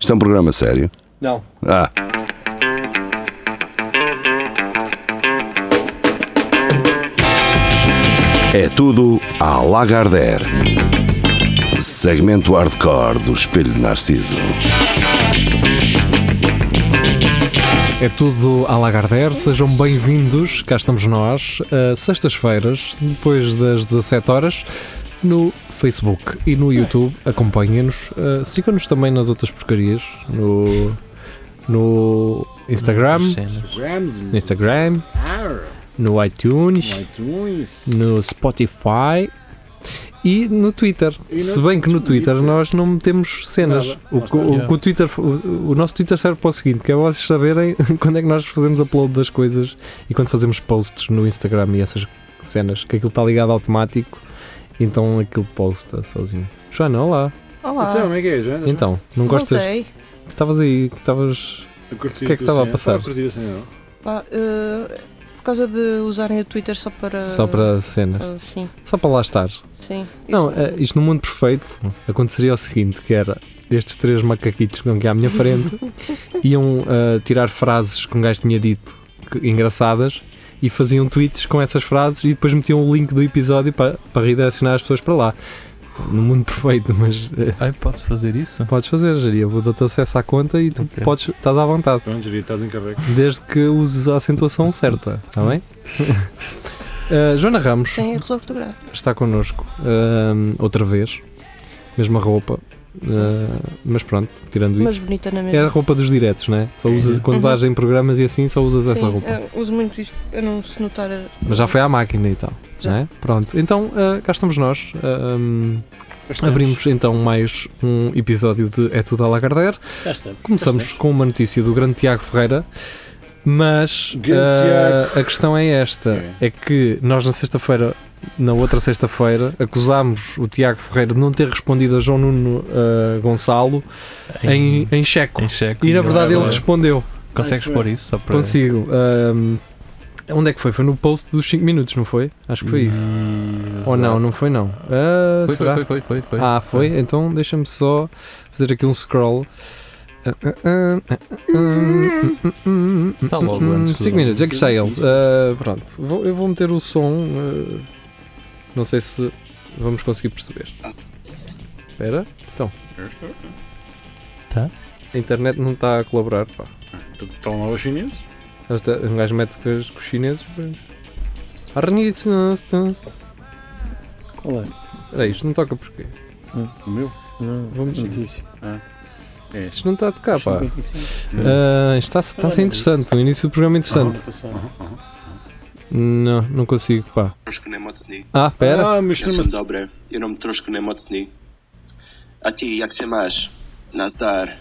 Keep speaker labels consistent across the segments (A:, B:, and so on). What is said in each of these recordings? A: Isto é um programa sério.
B: Não.
A: Ah, é tudo à Lagardère. Segmento hardcore do Espelho de Narciso.
C: É tudo à Lagardère, sejam bem-vindos, cá estamos nós, eh, sextas-feiras, depois das 17 horas, no Facebook e no YouTube, acompanhem-nos, eh, sigam-nos também nas outras porcarias, no, no Instagram, no Instagram, no iTunes,
B: um iTunes.
C: no Spotify e no Twitter.
B: E no
C: Se bem que no Twitter
B: Twitter.
C: nós não metemos cenas.
B: Nada.
C: O,
B: Lá
C: que- o
D: está.
C: que o Twitter, o, o nosso Twitter serve para o seguinte, que é vocês saberem quando é que nós fazemos upload das coisas e quando fazemos posts no Instagram e essas cenas, que aquilo está ligado automático, então aquilo posta sozinho. Joana, olá.
E: Olá.
B: Então, como é que é, Joana?
C: Então, não gostas?
E: Voltei.
C: que Estavas aí, que estavas.
B: Eu curti
C: o que é que
B: tua
C: estava a
B: cena.
C: passar?
B: Estava a curtir a cena, não?
E: Pá, eh, por causa de usarem o Twitter só para.
C: Só para cenas.
E: Ah, sim,
C: Só para lá estar.
E: sim.
C: Não,
E: Isso-
C: eh, isto no mundo perfeito aconteceria o seguinte, que era estes três macaquitos que estão aqui à minha frente iam eh, tirar frases que um gajo tinha dito que- engraçadas e faziam tweets com essas frases e depois metiam o link do episódio para, para redirecionar as pessoas para lá. No mundo perfeito, mas eh,
D: Ai, posso fazer isso?
C: podes fazer, Jaria. Eu dou-te acesso à conta e tu
D: Ok.
C: podes, estás à vontade,
B: Pronto, Jiri, estás em carrego.
C: desde que uses a acentuação certa, está bem? Eh, Joana Ramos,
E: Sem erros ortográficos.
C: está connosco ahm, outra vez, mesma roupa, ah, mas pronto, tirando isso.
E: Mas bonita na
C: É a
E: mesma.
C: roupa dos diretos, né? Só usas, quando
E: Uhum.
C: vais em programas e assim, só usas essa
E: Sim,
C: roupa.
E: eh, uso muito isto a não se notar. a-
C: Mas já foi à máquina e tal.
E: Já.
C: né? Pronto, então ah, cá estamos nós. ah, ahm, abrimos então mais um episódio de É Tudo a Lagardère.
B: Já estamos.
C: Começamos com uma notícia do grande Tiago Ferreira. Mas
B: Grande
C: ah, a questão é esta:
B: É.
C: é que nós na sexta-feira, na outra sexta-feira, acusámos o Tiago Ferreira de não ter respondido a João Nuno ah, Gonçalo em, em checo.
D: em checo.
C: E na verdade ele
D: agora-
C: respondeu.
D: Consegues pôr isso só para.
C: Consigo. Ahm, onde é que foi? Foi no post dos 5 minutos, não foi? Acho que foi isso.
D: Exato.
C: Ou não, não foi não. Ah,
D: Foi,
C: será?
D: foi, foi, foi, foi, É. foi.
C: Ah, foi? Então deixa-me só fazer aqui um scroll.
D: Tá logo antes um do
C: 5
D: jogo.
C: Hum, minutos, aqui está ele. Ah, pronto, Vou- eu vou meter o som. ah, não sei se vamos conseguir perceber. Espera, então.
D: Tá.
C: A internet não está a colaborar. Pá.
B: Estão lá os chineses?
C: Esta- Um gajo mete com os, com os chineses. mas- Espera,
F: Qual é?
C: aí, isto não toca porquê?
B: O meu?
F: Não,
C: Vamos-
F: notícia.
B: É este.
C: Isto não está a tocar, pá.
F: 55.
C: Ah, isto está, está a ser interessante. O início do programa é interessante.
F: Passar.
C: Não, não consigo, pá.
G: trošku nemocný.
C: Ah, pera.
B: Ah, mas
G: Já jsem dobre, jenom trošku nemocný. A ti, jak se máš? Nazdar.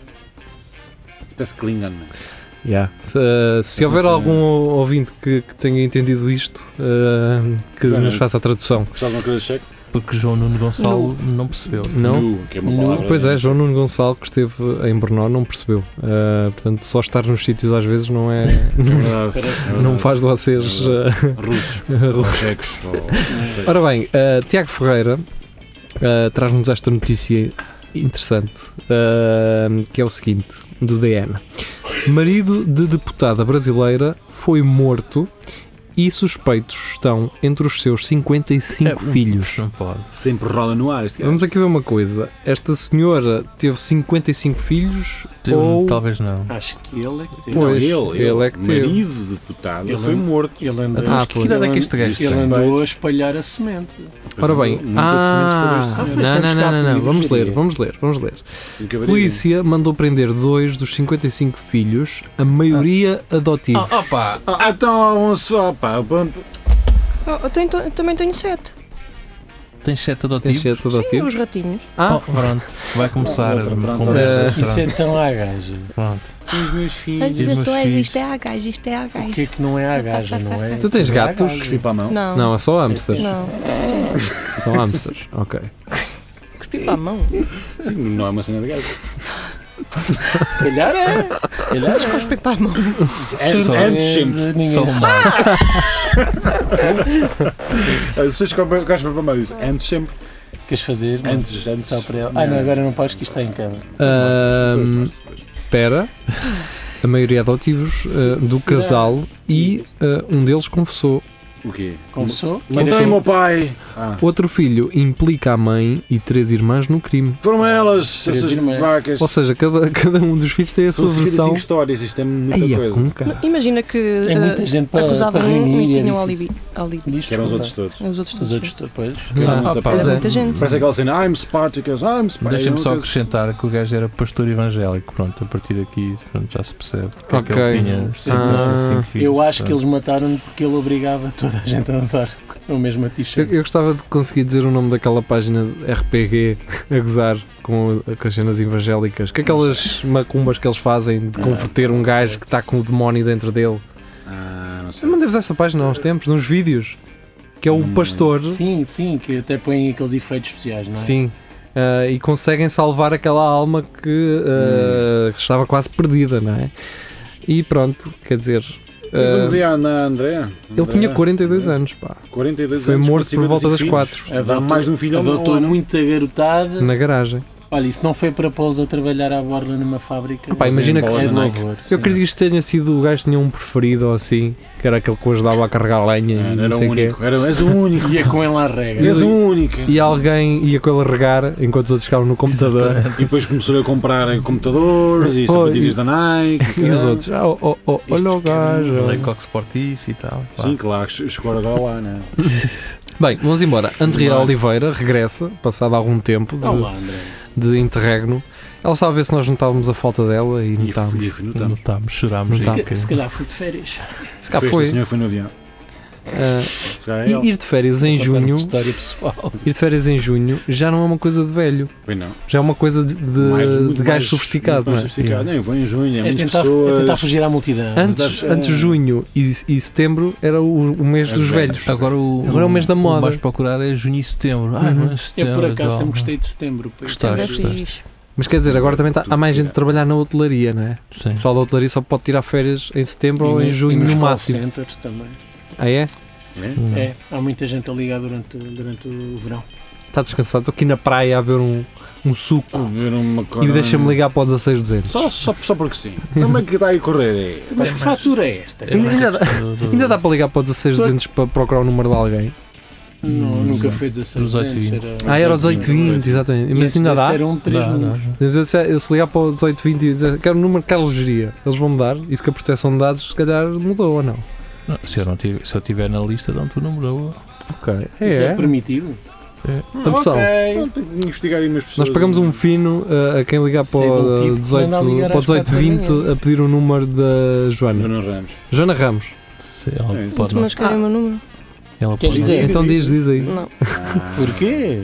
B: Parece Klingon, né? mano.
C: Yeah. Se, ah, se houver algum ouvinte que, que tenha entendido isto, ah, que
B: Já
C: nos
B: não.
C: faça a tradução.
B: Gostaste de uma coisa checa?
D: Porque João Nuno Gonçalo não percebeu.
C: Não?
B: Nu, que é uma
C: Nu-
B: palavra.
C: Pois é, João Nuno Gonçalo, que esteve em Brno, não percebeu. Ah, portanto, só estar nos sítios às vezes não é. Não faz de vocês.
B: Ah, É Russos,
C: ah,
B: ou checos, ou... não sei.
C: Ora bem, eh, Tiago Ferreira eh, traz-nos esta notícia interessante, eh, que é o seguinte, do DN. Marido de deputada brasileira foi morto e suspeitos estão entre os seus 55
D: É,
C: filhos.
D: Não pode.
B: Sempre roda no ar este gajo.
C: Vamos aqui ver uma coisa. Esta senhora teve 55 filhos ou...
D: Talvez não.
F: Acho que ele é que tem.
B: Não,
C: Pois,
B: ele,
C: ele é que teve.
B: marido de deputada,
F: Ele
B: foi
F: é-
B: morto.
F: Ele andou,
C: Ah,
D: Mas que
C: pois.
D: idade é que este gajo
F: ele
D: tem?
F: andou a espalhar a semente.
C: Ora bem,
B: Muitas sementes para
C: ah,
B: este
F: Ah,
C: não,
F: foi antes
C: não,
F: de
C: não, não,
F: estar
C: não, vamos
F: pedido,
C: ler,
F: queria.
C: vamos ler, vamos ler.
B: Um cabarelo.
C: Polícia mandou prender dois dos 55 filhos, a maioria adotivos.
D: Ah, opa!
B: Ah, então há um só, pá. pronto.
E: Oh, eu, tenho, eu também tenho sete.
D: Tens sete
C: Tem
D: adotivos?
C: certo
E: Sim,
C: adotivo?
E: os ratinhos.
C: Ah,
D: Oh, pronto, vai começar
B: Outra,
D: a
B: pronto.
D: conversa.
F: Isso é tão à gaja.
D: Pronto.
B: Os meus
E: A
B: filhos.
D: dizer,
E: dizer,
D: meus "Tu é- filhos." isto
E: isto é a gajo, isto é a
F: O
E: gajo.
F: que é que não é à gaja, não é?
C: Tu tens
F: Não é à
C: gatos?
F: gaja.
B: Cuspi para a mão.
E: Não.
C: não, é só hamsters.
E: Não. Sim.
C: São hamsters, ok.
E: Cuspi para a mão.
B: Sim, não é uma cena de gajo.
F: Se calhar é. Se calhar
E: Vocês cuspem para a mão.
B: Antes, antes sempre.
F: é. Ninguém
D: Só
F: sabe.
D: uma.
B: As pessoas cospem cospem para a mão. Isso. Antes sempre.
F: Queres fazer? é?
B: Antes, antes.
F: Só para ela. Ah, não, agora não podes que isto está em câmara.
C: Ahm, espera a maioria de adotivos eh, do
F: será?
C: casal e eh, um deles confessou.
B: O quê?
F: Confessou?
B: Não tem meu pai! Ah,
C: Outro filho implica a mãe e três irmãs no crime.
B: foram elas,
F: Três
B: essas
F: irmãs.
B: vacas.
C: Ou seja, cada, cada um dos filhos tem a
B: São
C: sua
B: 55
C: versão.
B: histórias, isto é muita
C: Ai, é
B: coisa.
C: com cara.
E: Imagina que
F: Tem É muita
E: eh,
F: gente para,
E: acusavam
F: para
E: um
F: reunir,
E: e
F: é
E: tinham
F: difícil.
E: alibi. alibi.
F: Diz,
B: Que eram os
F: desculpa.
B: outros todos.
E: Os outros todos.
F: Os outros, depois.
B: Era
C: Ah,
B: muita
C: pá,
E: Era
B: coisa.
C: é.
E: muita gente.
B: Parece aquela cena, I'm Spartacus, I'm Spartacus.
D: Deixa-me só
B: Nunca-
D: acrescentar que o gajo era pastor evangélico. Pronto, a partir daqui pronto, já se percebe. Porque é que
C: Ok.
D: ele tinha 55
C: Ah.
D: filhos.
F: Eu acho que
D: pronto.
F: eles mataram porque ele obrigava toda a gente a andar com a mesma
C: Eu,
F: t-shirt.
C: eu gostava de conseguir dizer o nome daquela página de RPG a gozar com, com as cenas evangélicas. Que aquelas macumbas que eles fazem de
F: Ah,
C: converter um
F: não
C: gajo
F: sei.
C: que está com o demónio dentro dele.
B: Ah, não sei.
C: Mandei-vos essa página há uns tempos, nos vídeos. Que é o
B: Hum,
C: pastor.
F: Sim, sim, que até põem aqueles efeitos especiais, não é?
C: Sim. Ah, e conseguem salvar aquela alma que, ah,
B: Hum.
C: que estava quase perdida, não é? E pronto, quer dizer. ah,
B: Vamos aí à Ana um André.
C: ele tinha 42 anos, pá.
B: 42
C: Foi
B: Hum. anos.
C: morto
B: com
C: por volta
B: 55
C: das
B: filhos.
C: 4
B: Dá mais de um filho ao- ao
F: Adotou
B: ano.
F: muita garotada.
C: na garagem.
F: Olha, isso não foi para pô-los a trabalhar à borla numa fábrica.
C: Ah, pá, imagina
F: Sim,
C: que
F: é
C: se-
F: de louvor.
C: Eu acredito que isto tenha sido o gajo que tinha um preferido ou assim, que era aquele que o ajudava a carregar lenha e não
B: Era o
C: sei o quê.
B: único. Era, és o único.
F: Ia é com ele à regra.
B: és o único.
C: E alguém ia com ele a regar enquanto os outros ficavam no computador.
B: E depois começou a comprar computadores e
C: Oh,
B: sapatilhas
C: e-
B: da Nike.
C: E os outros, ah, oh, oh, oh, olha
B: é
C: o
B: um
C: gajo.
D: Lecoque Sportif e tal. pá.
B: Sim, claro, chegou agora lá, né?
C: Bem, vamos embora. Andrea Oliveira regressa, passado algum tempo de,
F: Olá, Então André.
C: de interregno. Ela estava a ver se nós notávamos a falta dela e notámos.
B: E foi no
D: Notámos,
B: tanto.
D: chorámos.
C: Não
D: e-
C: tá.
F: Que- Se calhar foi de férias.
C: Se cá
B: Foi este
C: foi.
B: senhor foi no avião.
C: Ah,
B: Se calhar é
C: e
B: ele.
C: ir de férias em
F: Contar uma
C: junho,
F: História pessoal.
C: ir de férias em junho já não é uma coisa de velho,
B: Foi não.
C: já é uma coisa de, de-
B: Mais-
C: de
B: muito
C: gajo
B: mais-
C: sofisticado,
B: muito
C: não
B: mais
C: é?
B: sofisticado. Não, eu vou em junho, é
F: É
B: muitas
F: tentar, é tentar
B: pessoas.
F: fugir à multidão.
C: Antes,
F: Mas,
C: antes
F: eh,
C: junho e, e setembro era o, o mês
B: É
C: dos
B: velho.
C: velhos.
D: Agora o,
C: Agora é o mês da moda.
D: O mais procurado é junho e setembro. Ah,
C: Uhum.
D: mas setembro.
F: Eu por
D: e
F: acaso
D: tal.
F: sempre gostei de setembro. pois.
D: Gostaste,
E: É
D: Gostaste.
E: fixe.
C: Mas quer dizer, agora também tá- há mais gente a trabalhar na hotelaria, não é? O
D: Sim.
C: pessoal da hotelaria só pode tirar férias em setembro ou
F: E
C: em
F: no-
C: junho
F: e nos
C: no
F: call
C: máximo.
F: centers também.
C: Ah, é?
B: É?
D: Não.
F: É, há muita gente a ligar durante, durante o verão.
C: Está Tá descansado, estou aqui na praia a beber um, um suco
B: Vou ver uma
C: e
B: corona-
C: deixa-me ligar para o 16200.
B: Só, só, só porque sim. Também que está aí a correr.
C: Então,
F: Mas que fatura é esta?
D: É
C: Ainda-
D: mais
C: ainda
D: a
C: dá-
D: questão do- do-
C: Ainda dá para ligar para o 16200 para procurar o número de alguém?
F: Não,
D: Hum,
F: nunca
D: não.
F: foi 16 anos.
D: Dezoito e
F: Era...
C: Ah, era o
B: 1820,
C: 1820, exatamente. Mas
F: Antes
C: ainda
F: desse
C: dá.
F: Era um três
D: Dá, dá,
F: números.
D: dá.
C: Deve ser- Eu se ligar para o 1820 e dizer quero o número de Carlos Geria, eles vão me dar. Isso que a proteção de dados se calhar mudou ou não?
D: Não, se, eu não tiver, se eu tiver na lista, então dão-te o número.
C: Ok.
F: Isso
C: É,
F: é permitido.
C: Então, pessoal,
B: Não, tenho que investigar aí umas pessoas.
C: Nós pagamos um fino uh, a quem ligar para
F: Sei de um
C: o
F: tipo
C: uh,
F: que
C: 18,
F: manda ligar
C: para o
F: às quatro da
C: 1820
F: manhã.
C: a pedir o número da Joana.
B: Bruno Ramos.
C: Joana Ramos.
D: Se ela
B: É isso.
D: pode
E: Os
D: não.
E: meus querem o meu número?
D: Ela
F: Quer
D: pode
F: dizer-
D: não.
C: Então diz, diz aí.
E: Não.
F: Porquê?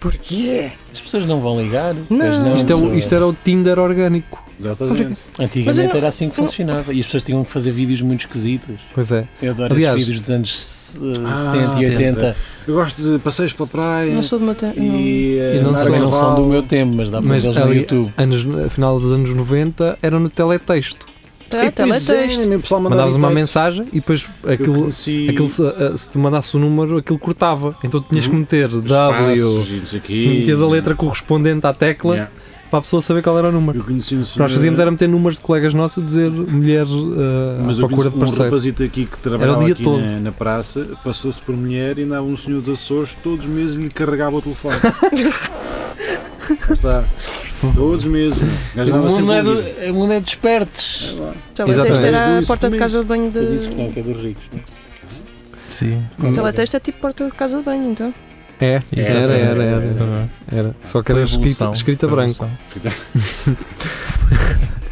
F: Porquê? As pessoas não vão ligar. Pois
E: Não.
C: Isto, é o- isto era o Tinder orgânico.
B: Ah, Já tá estás a ver.
E: Mas eu
F: Antigamente
E: não-
F: era assim que
E: não-
F: funcionava. E as pessoas tinham que fazer vídeos muito esquisitos.
C: Pois é.
F: Eu adoro
C: Aliás-
F: esses vídeos dos anos se-
B: Ah,
F: 70 e 80.
B: Eu gosto de passeios pela praia.
E: Não sou do meu tempo. não.
B: E, eh,
C: E não
B: andar a
C: sou-
F: Também não são
B: cavalo.
F: do meu tempo, mas dá para
C: Mas
F: vê-los no
C: ali-
F: YouTube.
C: Anos, no final dos anos 90 era no teletexto.
E: Tá, teletexto.
B: E Tipo, o pessoal mandava
C: Mandavas uma
B: texto.
C: mensagem e depois
B: Eu
C: aquilo,
B: conheci
C: aquilo se, uh, se tu mandasses o número, aquilo cortava. Então tu tinhas que
B: Uhum.
C: meter
B: espaços
C: W.
B: e não sei o quê.
C: Metias a letra correspondente à tecla
B: Yeah.
C: para a pessoa saber qual era o número.
B: Eu conheci um
C: O que nós fazíamos
B: senhor-
C: era meter números de colegas nossos e dizer mulher uh, à
B: mas eu
C: procura de
B: conheci um
C: parceiro.
B: rapazito aqui que trabalhava
C: dia
B: aqui
C: todo.
B: na, na praça, passou-se por mulher e andava um senhor dos Açores, todos os meses lhe carregava o telefone. Lá está. Todos os meses. meu. O gajo
F: O
B: andava
F: mundo,
B: sempre
F: é
B: com vida.
F: do, o mundo é de espertos.
B: É lá.
E: Teletexto era a
B: Exatamente.
E: porta de casa de banho
F: Tu dizes
E: de.
F: que não, que é dos ricos. não é?
D: Sim.
E: Teletexto é tipo porta de casa de banho, então.
C: É, era, era, era. era.
D: Foi
C: Era, só que era
D: a
C: escrita,
D: evolução,
C: escrita
D: foi a
C: branco.
D: evolução.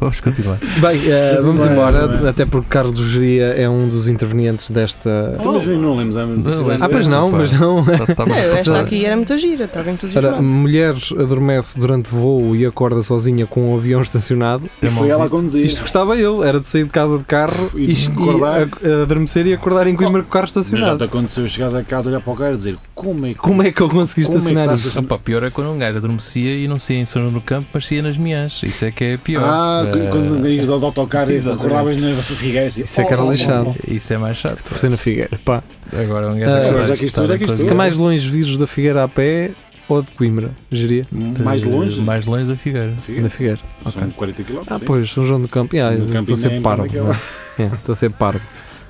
D: Vamos continuar.
C: Bem, eh,
B: Mas
C: vamos
B: bem,
C: embora,
B: bem.
C: até porque Carlos Geria é um dos intervenientes desta.
B: Então, mas não lemos há muito
D: Não,
B: tempo.
D: mas-
C: Ah, pois não,
D: Opa.
C: mas não.
D: Tá- tá-
E: É, esta
C: Sim.
E: aqui era muito gira, estava
C: Era,
E: entusiasmada.
C: mulher adormece durante voo e acorda sozinha com um avião estacionado.
B: E foi ela a conduzir.
C: Isto gostava eu, era de sair de casa de carro
B: E
C: e,
B: de
C: e
B: acordar.
C: a- a- adormecer e acordar em Coimbra com o carro
B: Mas já tá- te
C: estacionado.
B: aconteceu chegares a casa, olhar para o cara e dizer como é que.
C: Como é que eu consegui
B: como é que
C: estacionar
B: estás
C: isto?
B: a-
D: Opa, pior é quando um gajo adormecia e não saía em sono no campo, mas saía nas minhas. Isso é que é pior.
B: Ah,
D: Eh,
B: quando ganhas do autocarro e
D: Exatamente.
B: acordavas na figueira. assim,
C: Isso é que era
B: oh, oh, oh,
C: lixado.
B: oh.
D: Isso é mais chato.
C: Por ser na Figueira, pá.
D: Agora um
C: Ah,
D: gajo
C: agora
D: acaba
B: já
D: de
B: que estou,
D: estar
B: já
D: em
B: que
D: todo
B: estou.
C: Que
B: Eu-
D: lado.
C: mais longe vires da Figueira a pé, ou de Coimbra? Geria?
B: oh. Mais longe?
D: Mais longe da Figueira.
C: Da Figueira.
B: São 40 km.
C: Ah, pois, São João do Campo. Yeah,
B: No Campo
C: estou a
B: e
C: ser
B: nem
C: parvo.
B: naquela.
C: não é? Yeah, Estou a ser parvo.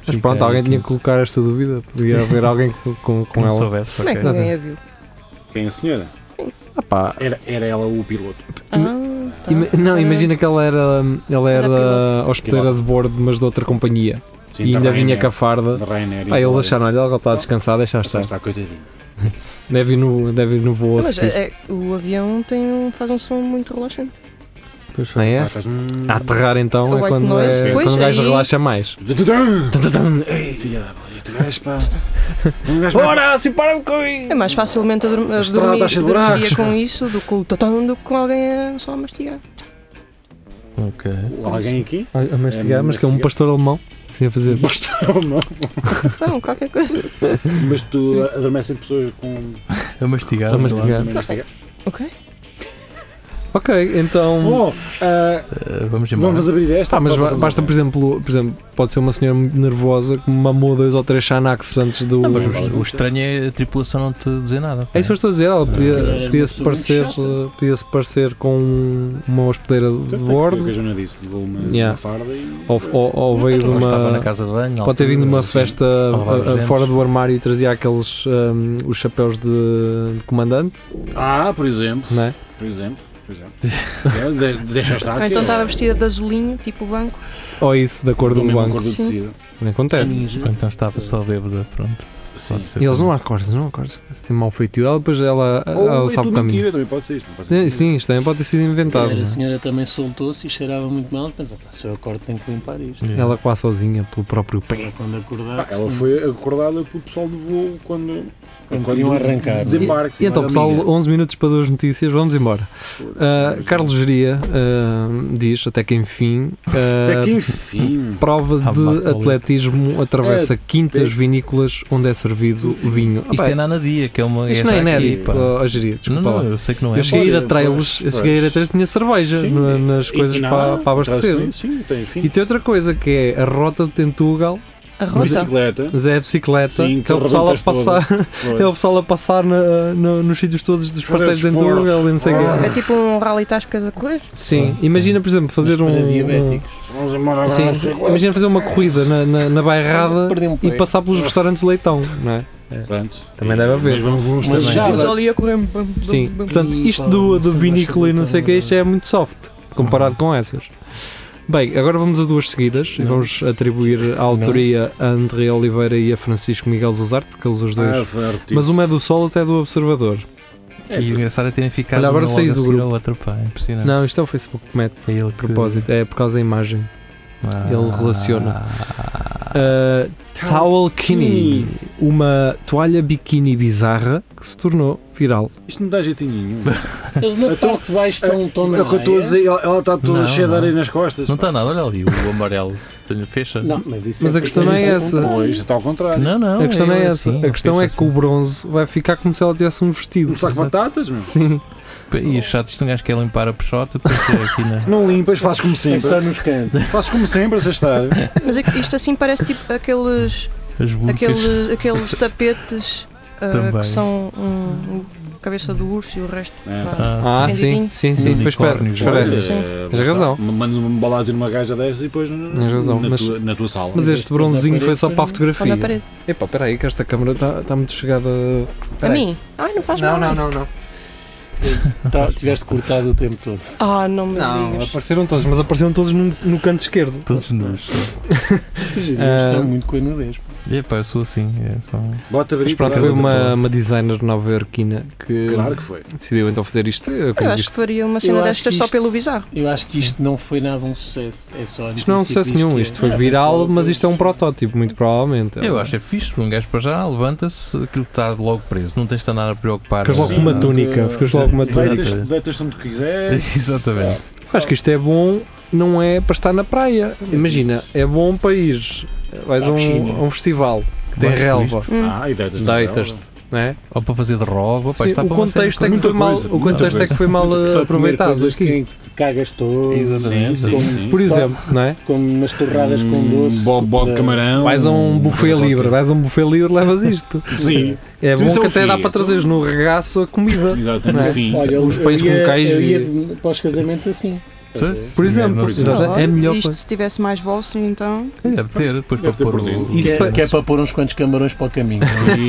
C: Mas
D: Fica
C: pronto, alguém tinha que
D: 15.
C: colocar esta dúvida. Podia haver alguém com, com, com
D: Como
C: ela.
D: soubesse,
E: Como é
D: ok.
E: que ninguém a viu?
B: Quem é a senhora?
C: Ah, pá.
B: Era, era ela o piloto.
E: Ah, tá.
C: Ima- não,
E: Era-
C: imagina que ela era, ela
E: Era
C: era
E: piloto.
C: hospedeira de bordo, mas de outra companhia.
B: Sim, tá é.
C: e
B: da
C: ainda vinha
B: Ryanair.
C: com a farda.
B: Da Ryanair.
C: Ah, eles
B: Então,
C: acharam, olha, ela está a descansar, deixa estar.
B: Está, está, coitadinho.
C: Deve ir no, deve ir no voo a
E: Ah, Mas
C: seguir.
E: é- é- o avião tem um- faz um som muito relaxante.
C: Ah, é?
B: Faz- faz- hum.
C: A aterrar então
E: O
C: é
E: white
C: quando,
E: noise,
C: é,
E: pois,
C: quando o gajo
E: aí-
C: relaxa mais.
B: Tududum!
C: Tadadam.
B: Ei, filha da puta, este gajo, pá. Um gajo vai-
E: Ah,
C: Horácio, para-me com isso!
E: É mais facilmente a, dur- a
B: estrada
E: dormir,
B: está cheia de buracos.
E: dormiria com isso do que o tatão do que com alguém a só a mastigar.
D: Ok.
B: Alguém aqui?
C: A mastigar,
B: É,
C: mas que é um
B: mastigar.
C: pastor alemão, assim a fazer.
B: Bastão, não.
E: Não, qualquer coisa.
B: Mas tu adormecem pessoas com.
D: A mastigar.
C: A mastigar.
B: com- mastigar.
E: Ok?
C: Ok, então.
B: Bom, ah,
D: Uh, vamos embora.
B: vamos abrir esta.
C: Ah, mas
B: Ou
C: ba-
B: passamos
C: basta, por
B: agora?
C: exemplo, por exemplo, pode ser uma senhora muito nervosa que mamou dois ou três Xanax antes do.
D: Mas o, o estranho é a tripulação não te dizer nada.
C: É isso que eu estou a dizer, ela
F: Ah, Era
C: podia-
F: uma
C: podia-se
F: pessoa
C: parecer,
F: muito chata.
C: eh, podia-se parecer com um- uma hospedeira de
B: Então, foi o que a
C: bordo,
B: Joana disse, levou uma,
C: Yeah.
B: uma farda e.
C: ou, ou- ou veio de
D: Ou estava na
C: uma.
D: casa de banho. na
C: Pode ter
D: altura,
C: vindo de uma
D: assim.
C: festa
D: a lavar os
C: ah, ah,
D: dentes.
C: fora do armário e trazia aqueles ah, os chapéus de, de comandante,
B: Ah, por exemplo.
C: não é?
B: Por exemplo. Por exemplo. É, de- deixa estar.
E: Ou
B: que
E: então
B: é-
E: estava vestida de azulinho, tipo o banco.
C: Ou é isso, da cor do,
B: do mesmo
C: banco.
B: cor do tecido.
C: Não Acontece.
D: Ou Então estava só bêbada, pronto.
B: Sim.
D: Pode ser.
C: E eles não
D: também.
C: acordam, não acordam. Se tem mau feitio, ela depois ela, ela
B: Ou é
C: sabe
B: tudo
C: o caminho.
B: mentira, também pode ser isto. não pode ser
C: Sim,
B: mentira.
C: Sim, isto também pode ter sido inventado.
F: A
C: não é?
F: senhora também soltou-se e cheirava muito mal. Pensou, "Pá, se eu acordo, tenho que limpar isto.
B: É.
D: Yeah.
C: Ela quase sozinha, pelo próprio pé.
F: Para quando acordar.
B: Pá, ela foi acordada pelo pessoal do voo quando.
F: Quando queriam arrancar, não é?
B: Desembarque.
C: E então,
B: senhora
C: pessoal,
B: amiga.
C: 11 minutos para duas notícias, vamos embora. Ah, Carlos Geria ah, diz, até que enfim, ah,
B: Até que enfim.
C: prova
D: Ah,
C: de
D: Macaulay.
C: atletismo
B: É,
C: atravessa quintas vinícolas onde é servido vinho. Ah,
D: Isto
C: pá,
D: é na Anadia, que é uma.
C: isto
D: é
C: não é
D: daqui,
C: inédito,
D: pá.
C: ó, ó, Geria,
D: Não,
C: desculpa lá.
D: não, eu sei que não é.
C: Eu cheguei a ir a
B: Olha,
C: trailers,
B: pois,
C: eu cheguei a ir a
B: pois.
C: trailers, tinha cerveja
B: Sim,
C: na- nas
B: e-
C: coisas
B: e
C: para,
B: nada,
C: para abastecer. é?
B: atrás de mim, Sim, tem fim.
C: E tem outra coisa que é a rota de Tentugal,
E: A
B: Uma
E: rota.
B: bicicleta.
C: mas é a bicicleta,
B: Sim, então
C: que é o
B: tu
C: pessoal a
B: arrebentas
C: passar,
B: Pois.
C: é o pessoal a passar na- no- nos sítios todos dos
B: Fazer
C: pastéis de
B: desporto.
C: Tentugal e não sei o quê.
E: É tipo um rally tascas a correr.
C: Sim,
D: Sim,
C: imagina, por exemplo, fazer um.
F: Mas para
C: um-
F: diabéticos.
B: Vamos embora agora
C: sim,
B: na bicicleta.
C: imagina fazer uma corrida na, na, na bairrada
F: Perdi um pé.
C: e passar pelos restaurantes de leitão, não é?
B: Pronto.
C: Também deve haver.
B: Mas vamos
F: Mas
B: também.
F: já-
E: Os ali a correr.
C: Sim, portanto,
F: E,
C: isto
F: pá,
C: do,
F: uma
C: do
F: cerveja
C: vinícola e não sei o que,
F: leitão,
C: isto é muito soft comparado com essas. Bem, agora vamos a duas seguidas e
F: Não.
C: vamos atribuir a autoria a André Oliveira e a Francisco Miguel Zuzarte, porque eles os dois.
B: Ah, foi repetido.
C: Mas uma é do Sol, outra é do Observador.
B: É,
D: E o engraçado é terem ficado
C: Olha, agora
D: uma
C: saí
D: logo a
C: do
D: seguir
C: grupo.
D: ao outro, pá. É impressionante.
C: Não, isto é o Facebook que mete
D: É ele Ah.
C: de propósito, é por causa da imagem. Ele relaciona. Uh, Towel Kini, uma toalha biquíni bizarra que se tornou viral.
B: Isto não dá jeitinho nenhum.
F: Eles na
B: Eu tô-
F: parte de baixo um estão estão
B: É
F: na
B: o que eu estou a
F: areia.
B: dizer, ela ela está toda
D: Não,
B: cheia de
D: não.
B: areia nas costas.
D: Não está nada, olha ali, o amarelo. Fecha.
F: Não, mas isso
C: Mas
F: é-
C: a questão não é
F: isso
C: essa.
B: Pois, está ao contrário.
D: Não, não.
C: a questão não é
D: ele
C: essa.
D: assim,
C: a questão é
D: fecha
C: que o bronze vai ficar como se ela tivesse um vestido.
B: Um saco de batatas, meu.
C: Sim.
D: assim. E o chato, isto um gajo quer limpar a peixota, depois é aqui na.
B: Não limpas, fazes como
F: É
B: sempre.
F: só nos cantos.
B: Fazes como sempre, se estar.
E: Mas é que isto assim parece tipo aqueles,
D: As burcas.
E: aquele, aqueles tapetes ah,
D: Também.
E: que são um, o- a cabeça do urso e o resto.
B: É.
D: Ah,
C: Ah, sim,
E: Estendidinho.
C: sim, sim. Pois
D: Unicórnio,
C: parece.
D: igual.
C: parece.
E: Sim.
B: Eh,
C: Tens razão.
B: Mandas uma balada numa gaja dessa e depois no-
C: Tens razão,
B: na,
C: mas-
B: tua, na tua sala.
C: Mas este bronzinho foi só para a
E: Ou na
C: fotografia.
E: parede.
C: Epá, peraí, que esta câmara está está muito chegada.
E: A
C: Peraí.
E: mim? Ai, não faz
C: Não,
E: mal.
C: não, não, não.
F: Tá, tiveste cortado o tempo todo.
E: Ah, não me
C: Não, é
E: digas.
C: apareceram todos, mas apareceram todos no, no canto esquerdo.
D: Todos nós.
F: Os
C: Ah.
F: girinhos estão é muito com a nudez. pá.
D: É pá, eu sou assim. É só...
B: Bota
C: Mas
B: abrir
C: pronto,
B: para-
C: foi uma, uma designer nova-iorquina que
B: Claro que foi.
C: decidiu então fazer isto. Eu
E: Eu
C: acredito
E: acho que
C: isto.
E: faria uma cena
F: acho
E: destas
F: que
E: só
F: isto-
E: pelo bizarro.
F: Eu acho que isto não foi nada um sucesso. É só a
C: Isto não é um
F: notícia
C: sucesso
F: que diz
C: nenhum,
F: que é.
C: isto foi
F: Ah,
C: viral,
F: só-
C: mas isto é um protótipo, muito provavelmente.
D: Eu acho é fixe, um gajo para já levanta-se, aquilo está logo preso, não tens de andar a preocupar.
C: Ficas logo
B: Sim,
C: com uma
B: não,
C: túnica,
B: que-
C: ficas logo com uma túnica.
B: Deitas, deitas onde quiseres.
D: Exatamente.
C: Acho que isto é bom, não é para estar na praia. Imagina, é bom para ir. Vais a um, a um festival que tem
D: Vais com
C: relva,
E: Hum.
B: Ah, e deitas. na
C: deitas-te. não é?
D: Ou para fazer de roubo, pá,
C: Sim,
D: isto dá
C: o
D: para uma série de
C: contexto é que foi
B: Muita
C: mal,
B: coisa,
C: o contexto
B: muita
C: é que foi mal eh, aproveitado
H: coisas
C: aqui.
H: que te cagas todo.
D: Exatamente.
H: Sim, como,
C: Por exemplo, não é?
H: como umas torradas
F: Hum,
H: com doce.
B: Bobó de
H: da-
B: Hum, camarão.
C: Vais a um buffet livre, vais a um buffet livre, levas isto.
B: Sim,
C: É
B: Tu
C: bom
B: é isso é
C: que
B: um
C: até dá
B: fim,
C: para trazeres no regaço a comida.
B: exato,
C: Não
B: no
C: é?
B: fim.
H: Olha, eu-
C: Os
H: eu
C: pães com
H: ia-
C: queijo
H: Eu
C: e-
H: ia de- para os casamentos assim.
D: Sim.
C: Por exemplo,
D: Sim, é
C: exato,
E: Olha,
C: é a melhor
E: Isto
C: coisa.
E: se tivesse mais bolsos, então.
D: Deve ter, depois
B: Deve
D: para
B: ter
D: pôr
B: por
D: o...
B: dentro.
C: Isso
F: que, é-
C: para-
F: que é para pôr uns quantos camarões para o caminho.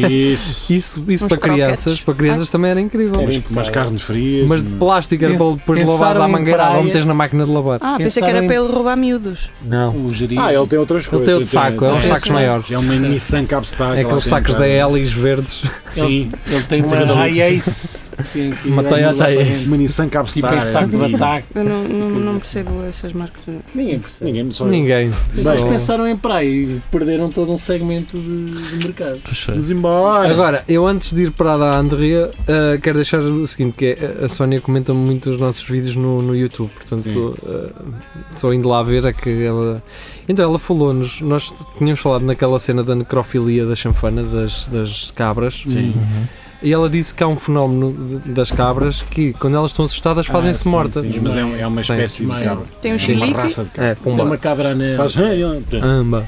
B: Isso.
C: Isso, isso
E: Uns
C: para
E: croquetes.
C: crianças, para crianças também era incrível.
H: Era
C: Mas,
H: impecável.
B: Umas carnes frias.
C: mas de plástico era para
F: Pens-
C: depois lavares à
F: pensaram em
C: mangueira ou
F: praia.
C: meteres na máquina de lavar.
E: Ah, pensei que
F: Pensaram
E: era
F: em-
E: para ele roubar miúdos.
C: Não.
F: O gerir.
B: Ah, ele tem outras
C: Ele
B: coisas.
C: tem outro saco, é
B: tem-
C: uns
E: tem-
C: sacos
E: tem-
C: maiores.
B: É uma Nissan Capstar.
C: É aqueles sacos da Elis verdes.
B: então. Sim,
F: Ele tem uma
B: Sim.
F: high ace. Tem que ir
C: Matei
F: lá
C: a
F: no
C: high ace.
F: apartamento.
B: uma Nissan
F: Tipo
B: Capstar.
F: em saco de ataque.
E: Eu não, não, não percebo essas marcas.
H: Ninguém percebe.
B: Ninguém me sabe.
C: Ninguém.
H: Mas
C: Só- um.
H: pensaram em praia e perderam todo um segmento de, de mercado.
B: Vamos embora.
C: Agora, eu antes de ir para a da Andrea, eh, quero deixar o seguinte, que é, a Sónia comenta muito os nossos vídeos no, no YouTube, portanto, eh, só indo lá ver é que ela... Então, ela falou-nos, nós tínhamos falado naquela cena da necrofilia da chanfana, das, das cabras,
B: Sim.
C: e ela disse que há um fenómeno de- das cabras que, quando elas estão assustadas, fazem-se
H: sim,
C: mortas.
H: sim, mas
B: Mas é, um- é uma
C: Sim.
B: espécie de
H: Sim.
B: cabra.
E: Tem um
B: É uma
E: chilique.
B: raça de cabra.
C: É,
H: Isso é
C: pomba.
H: uma cabra anã.
B: Faz-
C: Amba.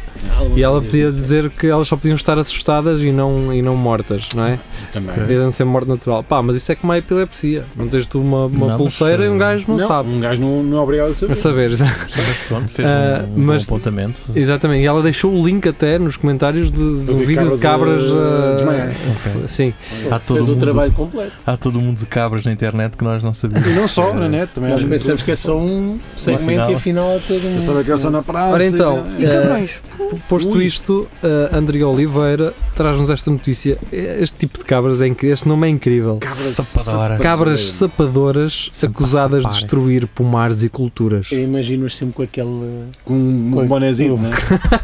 C: E ela podia dizer que elas só podiam estar assustadas e não, e não mortas, não é?
B: Também.
C: Devem ser morte natural. Pá, mas isso é como a epilepsia. Não tens tu uma, uma
D: Não, mas,
C: pulseira e um gajo não, sabe.
B: Um gajo não, não é obrigado a saber.
C: A saber, exa-
D: Mas pronto, fez
C: Ah,
D: um, um
C: mas-
D: bom apontamento.
C: exatamente. E ela deixou o link até nos comentários de, de um
B: De
C: vídeo de cabras.
B: cabras, eh, desmaiar.
C: ah, sim,
D: Há todo,
H: Fez o
D: mundo,
H: trabalho completo.
D: há todo mundo de cabras na internet que nós não sabíamos.
B: E não só, na net também.
H: Nós pensamos que é só um segmento e afinal é todo um.
B: Pensava que era só na né? praia.
C: Ora
B: não sei
C: então,
B: o
E: E
B: quê.
C: eh,
E: cabrões.
C: P- posto
B: Ui.
C: isto, ah, André Oliveira traz-nos esta notícia. Este tipo de cabras é incrível. Este nome é incrível.
B: Cabras né?
D: Sapadora.
C: Cabras sapadoras
D: Sempre
C: acusadas de
D: saparem.
C: destruir pomares e culturas.
H: Eu imagino-as sempre com aquele.
B: com um
H: Coi-
B: bonézinho, né?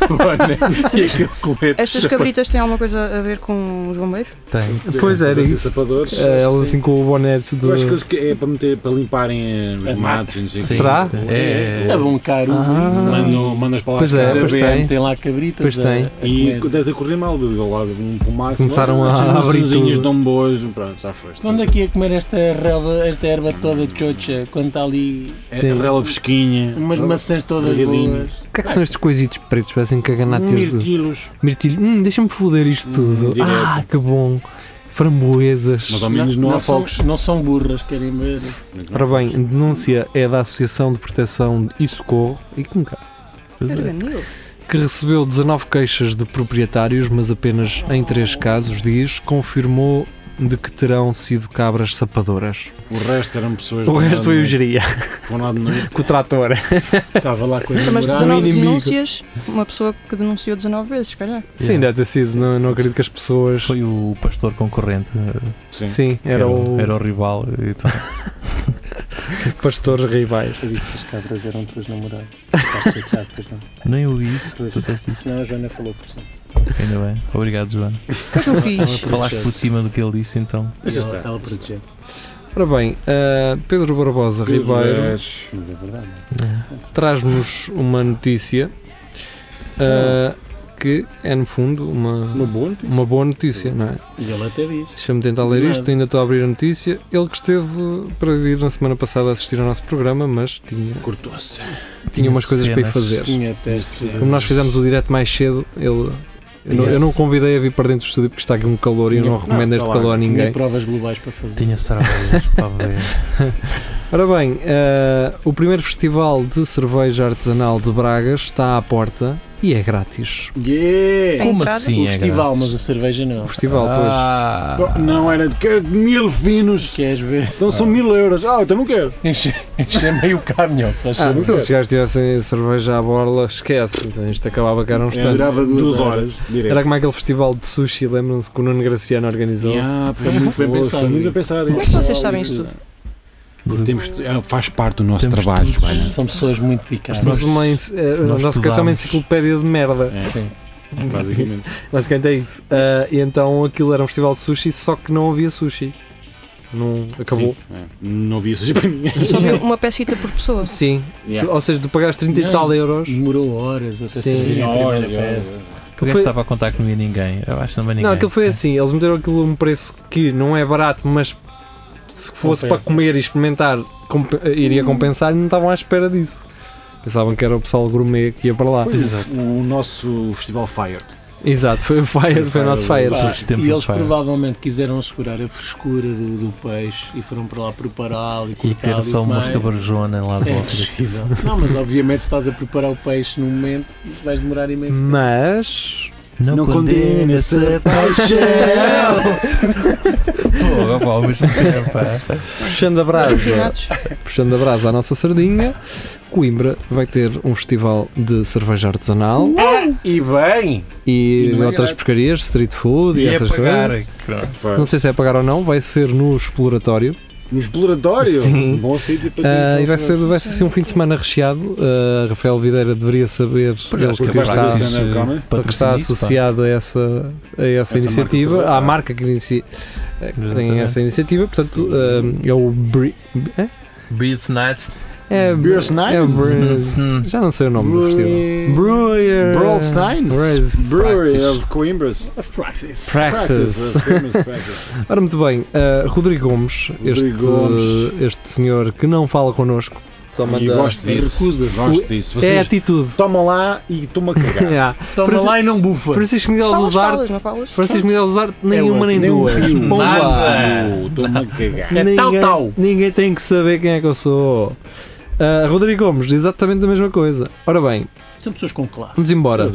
H: boné e aquele colete.
E: Estas cabritas têm alguma coisa a ver com os bombeiros?
D: Tem.
C: Pois era
B: Esses
C: isso.
B: sapadores.
C: Ah, elas assim com o bonete
B: Eu acho que
C: do. É,
B: eles que é para, meter, para limparem eh, os
H: A
B: matos. não sei o quê.
C: Será?
D: É, é, é.
H: É bom caro
C: Ah.
H: isso.
B: Mandam, mandam as palavras
C: Pois é,
B: cá.
H: Da
C: pois
H: BM
C: tem.
H: tem lá cabritas.
C: Pois
H: a-
C: tem.
H: a
B: E
H: comer.
B: deve ter corrido mal, bebeu lá de um pomar.
C: Começaram a abrir
B: As
C: tudo.
B: não boas, pronto, já foste.
H: Onde é que ia comer esta, relva, esta erva toda chocha quando está ali
B: É terrela fresquinha.
H: umas maçãs todas
B: Regadinho.
H: boas?
C: O que é que são estes coisitos pretos? Parecem caganates de.
B: mirtilos.
C: Mirtilho, hum, deixa-me foder isto
B: Hum,
C: tudo.
B: direto.
C: ah, que bom. Framboesas.
B: Mas ao menos não, há fogos.
H: São, não são burras, querem ver.
C: Ora bem, a denúncia é da Associação de Proteção e Socorro e que nunca-
E: Carganil.
C: que recebeu 19 queixas de proprietários, mas apenas em 3 casos, diz, confirmou de que terão sido cabras sapadoras.
B: O resto eram pessoas.
C: O resto foi o geria,
B: o Foram lá de noite.
C: com o trator.
H: Estava lá com a
E: Mas
H: namorada.
E: 19
C: inimigo.
E: denúncias, uma pessoa que denunciou 19 vezes, se calhar.
C: Sim, deve ter sido, não, não acredito que as pessoas...
D: Foi o pastor concorrente. eh,
B: Sim.
C: Sim,
D: que
C: era o,
D: era o rival. E tal.
C: pastores rivais.
H: Eu disse que as cabras eram tuas namoradas. Estás chateado, pois não?
D: Nem ouvi isso.
H: Pois.
D: Tu disseste isso.
H: Não, a Joana falou por cima.
D: Ainda bem. Obrigado, Joana.
E: O que é que eu fiz?
D: Falaste por cima do que ele disse, então.
B: Mas já
H: Ela,
B: está.
H: ela protegeu.
C: Ora bem, ah, Pedro Barbosa
B: é
C: Ribeiro
H: Mas é verdade. não é?
C: traz-nos uma notícia ah, que é, no fundo, uma,
B: Uma boa notícia.
C: Uma boa notícia, não é?
H: E ela até diz.
C: Deixa-me tentar ler isto, ainda estou a abrir a notícia. Ele que esteve para vir na semana passada assistir ao nosso programa, mas tinha,
B: Cortou-se.
C: tinha umas coisas para ir
D: cenas.
C: fazer.
H: Tinha testes.
C: Como nós fizemos o direto mais cedo, ele. Eu não, eu não o convidei a vir para dentro do estúdio porque está aqui um calor e eu não
H: Tinha-
C: recomendo
B: não,
C: este
B: está lá,
C: calor a
H: Tinha
C: ninguém.
H: provas globais para fazer.
D: Tinha cervejas para ver.
C: Ora bem, eh, o primeiro festival de cerveja artesanal de Braga está à porta e é grátis.
H: Yeah!
E: A
D: Como
E: entrada?
D: assim?
H: O
D: é
H: festival,
D: grátis?
H: mas a cerveja não.
C: O festival,
D: Ah,
B: Bom, Não é era de quero mil finos.
H: Queres ver?
B: Então são mil euros. Ah, então não quero.
H: Enche enche meio o caminhão, se faz
C: pois. Ah,
H: favor.
C: se os gajos tivessem cerveja à borla, esquece. Então isto acabava cá era um
B: É,
C: instante.
B: durava duas,
H: Duas
B: horas. Direto.
C: Era como aquele festival de sushi, lembram-se que o Nuno Graciano organizou?
B: Ah, foi muito
H: Foi
B: bem
H: pensado
B: pensado. Muito bem
H: nisso.
B: pensado.
E: Como é que vocês sabem isto tudo?
B: Porque temos, é, faz parte do nosso
D: Temos
B: trabalho,
D: tudo.
B: Joana.
H: São pessoas muito picadas.
C: Nós, uma, ens- eh,
D: nós
C: a nossa canção é uma
D: estudámos.
C: enciclopédia de merda.
B: É,
H: Sim.
B: basicamente.
C: Basicamente é isso. Ah, e então aquilo era um festival de sushi, só que não havia sushi. Não, acabou.
B: Sim, é. Não vi isso para mim.
E: Só viu uma pecita por pessoa.
C: Sim.
B: Yeah.
C: Ou seja, tu pagaste 30 e
H: Não.
C: tal euros.
H: Demorou horas até
C: Sim.
H: sair a
B: Horas,
H: primeira peça.
D: O gajo
C: Foi-
D: estava a contar que não ia ninguém. Eu acho que não vai ninguém. é.
C: Não, aquilo foi assim, eles meteram aquilo a um preço que não é barato, mas se fosse para
I: Compensa.
C: comer e experimentar, comp- iria compensar e não estavam à espera disso. Pensavam que era o pessoal gourmet que ia para lá.
B: Foi o, o nosso Festival Fire.
C: Exato, foi o Fire, foi o nosso Fire.
D: Pá,
C: Sim.
D: Este tempo
F: e eles
D: faz.
F: provavelmente quiseram assegurar a frescura do, do peixe e foram para lá prepará-lo e
D: E
F: cortá-lo.
D: ter só uma
F: comer.
D: escabarjona lá de
F: É
D: volta.
F: possível. Não, mas obviamente se estás a preparar o peixe no momento, vais demorar imenso tempo.
C: Mas.
B: Não condena essa paixão.
D: Pô, pá, ao mesmo tempo, pá.
C: Puxando a brasa,
E: Refinados.
C: puxando a brasa à nossa sardinha, Coimbra vai ter um festival de cerveja artesanal
F: E bem!
C: e,
B: E não é
C: outras
B: grátis.
C: porcarias, street food e,
D: E
C: essas
D: apagar.
C: coisas.
D: Pronto.
C: Não sei se é pagar ou não, vai ser no exploratório.
B: No exploratório. Um
C: Sim.
B: Bom sítio para
C: Ah,
B: ter
C: e vai ser,
B: relacionamento.
C: vai ser assim um fim de semana recheado. Ah, Rafael Videira deveria saber
D: Porque acho que
C: porque
D: é
B: vai
C: está,
B: ser- um stand-up comedy.
C: porque está associado a essa, a essa
B: Essa
C: iniciativa,
B: marca
C: à marca que, inici- eh, que tem
D: Exatamente.
C: essa iniciativa. Portanto, ah, é o. Bri- é?
D: Beats Nights.
C: É,
B: Beers
C: é
B: Night?
C: o Brewers-
D: Hum.
C: Já não sei o nome do festival.
B: Brewery-
C: Brewer.
B: Brolsteins?
C: Brewers.
B: Brewery
D: Praxis.
B: of Coimbras. Praxis.
C: Praxis.
B: Praxis. of Coimbras, Praxis.
C: Ora, muito bem. ah, Rodrigo Gomes, este,
B: Rodrigo Gomes.
C: este senhor que não fala connosco, só
B: E
C: manda.
B: gosto disso. Recusa. Gosto disso.
C: É a
B: Vocês
C: atitude.
B: tomam lá e toma a cagar.
C: Yeah.
F: Toma
C: Francisco-
F: lá e não bufa!
C: Francisco Miguel
E: Falas,
C: Luzarte.
E: falas, não falas?
C: Francisco Miguel Luzarte, nem
B: É
C: uma nem
B: um
C: duas. Pomba.
B: Toma a cagar.
F: É tal, tal.
C: ninguém tem que saber quem é que eu sou. Ah, Rodrigo Gomes, diz exatamente a mesma coisa. Ora bem,
F: São pessoas com classe.
C: vamos embora.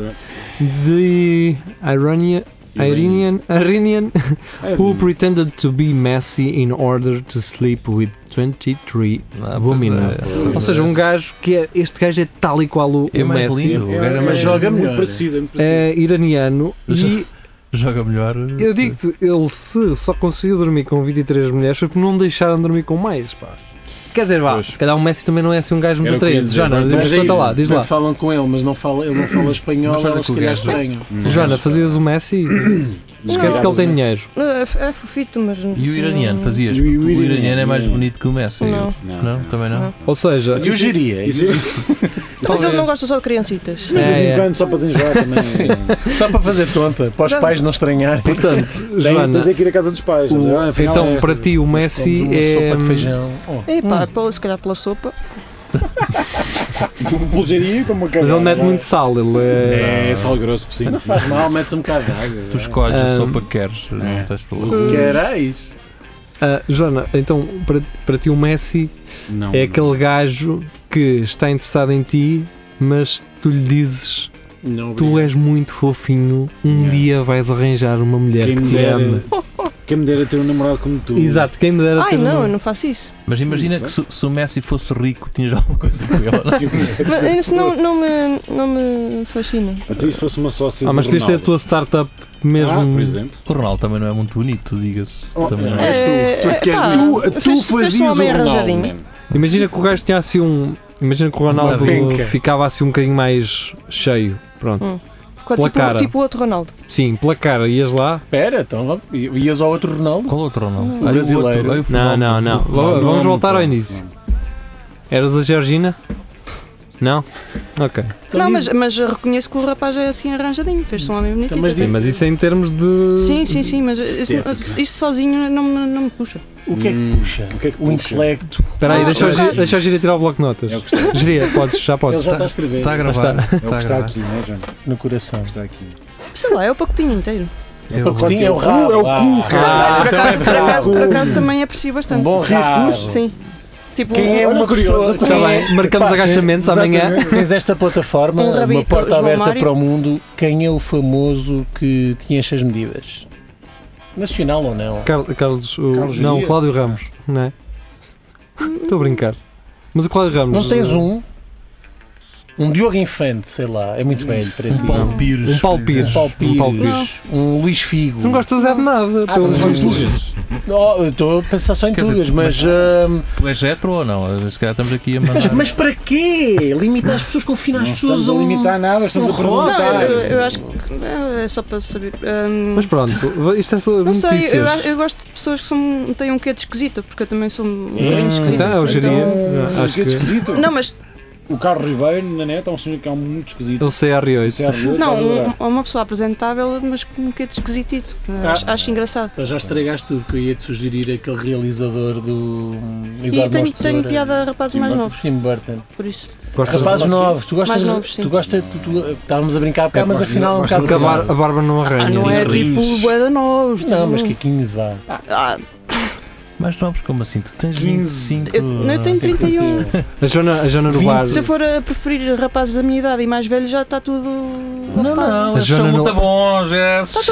C: The Irania. Iranian, Iranian,
B: É
C: who pretended to be Messi in order to sleep with 23.
D: Ah,
C: Woman.
D: pois é.
C: Ou seja, um gajo que é. Este gajo é tal e qual o,
D: É
C: o
D: mais
C: Messi.
D: lindo. O gajo é
F: Mas
D: mais
F: joga
B: muito
F: melhor.
B: parecido, é muito parecido.
C: É iraniano e
D: Joga melhor.
C: eu digo-te, ele se só conseguiu dormir com 23 mulheres foi porque não deixaram dormir com mais, pá. Quer dizer, vá,
B: Pois.
C: se calhar o Messi também não é assim um gajo
B: Era
C: muito
B: o que eu ia
C: atraente.
B: dizer,
C: Joana,
B: agora
C: diz,
F: aí,
C: conta lá, diz lá.
F: Falam com ele, mas não fala, ele não fala espanhol,
D: Mas olha
F: elas
D: que
F: se
D: o
F: calhar
D: gajo-
F: estranham.
B: Não,
C: Joana,
B: mas-
C: fazias o Messi? Esquece que ele tem dinheiro.
E: Ah, É fofito, mas.
D: E o iraniano
E: não-
D: fazias?
B: E o
D: Porque O
B: iraniano,
D: iraniano é mais
B: não.
D: bonito que o Messi.
E: Não.
B: Não.
D: Não, também não.
E: Não.
C: Ou seja,
F: Eu geria.
B: Isso
C: Então
E: Mas ele não gosta só de criancitas.
B: de vez
C: É, é.
B: em quando, só para desenjoar também.
F: Sim. Só para fazer tonta, para os
E: Não.
F: pais não estranharem.
C: portanto,
B: Tem-
C: Joana,
B: Tens é que ir à casa dos pais.
C: o-
B: Ah, afinal
C: então
B: é-
C: para ti o Messi
F: Comemos uma
C: é.
F: sopa de feijão. Oh.
E: E pá,
C: Hum.
E: pela- se calhar pela sopa.
B: Bulgaria, como uma
C: Mas ele mete muito sal, ele é.
B: É, sal grosso por cima.
F: Não faz mal, metes um bocado de água.
D: Tu escolhes
C: Ah.
D: a sopa que queres.
B: É.
D: Não estás pelo.
F: Querais?
C: Ah, Joana, então para, para ti o Messi
B: Não,
C: é aquele gajo que está interessado em ti, mas tu lhe dizes
F: Não,
C: Tu é- és muito fofinho, um
B: Yeah.
C: dia vais arranjar uma mulher
B: Quem
C: que
B: me
C: te
B: dera.
C: ame.
B: Quem me dera ter um namorado como tu.
C: Exato, quem me dera
E: Ai
C: ter um
E: não, eu
C: nome.
E: não faço isso.
D: Mas imagina que se, se o Messi fosse rico, tinhas alguma coisa com ele.
E: Mas isso não, não, me, não me fascina.
B: Até isso fosse uma sócia.
C: Ah, mas
B: do
C: tens de ter a
B: Ronaldo.
C: tua startup
B: Ah,
C: mesmo.
B: por exemplo.
D: O Ronaldo também não é muito bonito, diga-se.
B: Oh,
D: também
B: não.
D: não é.
B: És tu. Tu
E: É,
B: é que és-
E: pá,
B: tu- tu
E: fez- fez-se um
B: fazias o
E: homem arranjadinho.
B: Ronaldo. man.
C: imagina que o gajo tinha assim um. Imagina que o Ronaldo
F: penca.
C: ficava assim um bocadinho mais cheio. Pronto.
E: Hum. Quando,
C: Pela
E: tipo,
C: cara.
E: tipo o outro Ronaldo.
C: Sim, pela cara, ias lá.
F: Espera, então vamos. I- Ias ao outro Ronaldo?
D: Qual outro Ronaldo?
E: O
D: Ah,
F: brasileiro.
D: outro, ah, o
C: Não,
D: Fernaldo.
C: não, não.
D: O
C: Vamos-
B: Não,
C: Vamos voltar ao
B: pá.
C: início. Eras a Georgina? Não? Ok.
F: Então
E: não,
F: diz-
E: mas, mas reconheço que o rapaz é assim arranjadinho, fez-se um homem bonito.
F: Então, mas
C: Sim, mas isso é em termos de.
E: Sim, sim, sim, mas isso,
B: Estética.
E: isso sozinho não me, não me puxa.
F: O que é que puxa?
B: O que é que
F: O
B: puxa?
F: intelecto.
C: Espera aí,
E: Ah,
C: deixa,
E: ok.
C: eu, deixa eu girar tirar o bloco de notas.
B: É o que está,
C: Geria, podes, já
F: Ele
C: podes.
F: já está a escrever
D: Está a
C: Está.
D: gravar.
B: é o
D: Está
B: que
D: a
B: está
D: gravar.
B: aqui, não é, João?
F: no coração.
B: O que Está aqui.
E: Sei lá, é o pacotinho inteiro.
D: É
F: O
D: o
F: pacotinho é o
B: É o cu,
F: rabo.
B: é o
F: vá.
B: cu, cara.
C: Ah,
E: por,
F: então é
E: acaso, por,
F: bravo.
E: acaso, por acaso também aprecio
F: Um
E: bastante.
F: bom rabo.
E: Sim. Tipo,
F: Quem é
E: um,
B: Olha,
F: uma
B: curioso,
F: pessoa...
B: está
C: Está
F: quem é-
C: bem, marcamos
F: Epá,
C: agachamentos
B: exatamente.
C: amanhã.
F: é, Tens esta plataforma,
E: Um
F: uma
E: rabito,
F: porta
E: João
F: aberta
E: Mário.
F: para o mundo. Quem é o famoso que tinha estas medidas? Nacional ou não?
C: Car- Carlos, o-
B: Carlos
C: não,
B: Dias.
C: o Cláudio Ramos, não é? Estou a brincar. Mas o Cláudio Ramos.
F: Não tens
C: uh,
F: um? Um Diogo Infante, sei lá, é muito velho para ti.
D: Um Paulo Pires.
C: Um Paulo Pires.
F: Um Paulo Pires.
C: Paulo Pires.
E: Não.
F: Um Luís Figo.
C: Tu não gostas é de nada.
B: Ah,
C: pelo
B: estás a falar de
C: visto.
B: pulgas.
F: Oh, eu estou a pensar só em
D: Quer dizer,
F: tugas, mas, ahm,
D: Tu és hetero ou não? Se calhar estamos aqui a mandar.
F: mas. Mas para quê? Limitar as pessoas, confinar
B: Não
F: as pessoas
B: estamos
F: a
B: a
F: um-
B: limitar nada, estamos a
F: um rock.
E: não,
B: perguntar. Então,
E: eu, eu- eu acho que é é só para saber. hum,
C: Mas pronto, isto é só
E: não sei, eu,
C: notícias.
E: eu gosto de pessoas que são- têm um quê de esquisita, porque eu também sou um bocadinho
F: Hum,
E: esquisita.
C: Então, eu
B: Então,
C: geria. Acho
B: que é
C: que.
B: esquisito.
E: Não, mas
B: O Carlos Ribeiro na neta é um senhor que é muito esquisito. é
C: O CR8.
E: Não,
B: Não,
E: um- uma pessoa apresentável, mas com um bocadinho de esquisitito. Acho, acho engraçado.
F: Então já estragaste tudo, que eu ia te sugerir aquele realizador do.
E: E eu tenho, tenho
F: é,
E: piada a rapazes
F: Tim
E: mais
F: Burton.
E: novos,
F: Tim Burton.
E: por isso.
C: Gostas de
F: Rapazes novos, tu gostas.
E: Mais novos, sim.
F: tu gostas. Tu, tu- eh, estávamos a brincar há bocado, mas afinal.
D: gosto
F: um
C: porque a,
F: bocado
C: bar- a barba não
E: Ah,
C: arranha.
E: não é
F: rios.
E: tipo boeda novos.
F: Não,
E: tipo-
F: mas que 15 vá.
E: Ah,
D: Mais novos, como assim? Tu tens
F: 15.
D: 25.
E: eu, não, eu tenho 31.
C: A Jona, a Jona no bar.
E: Se eu for a preferir rapazes da minha idade e mais velhos, já está tudo.
F: Não, não,
C: A
F: eles
C: Joana
F: são muito
C: não-
F: bons.
D: é.
F: esses.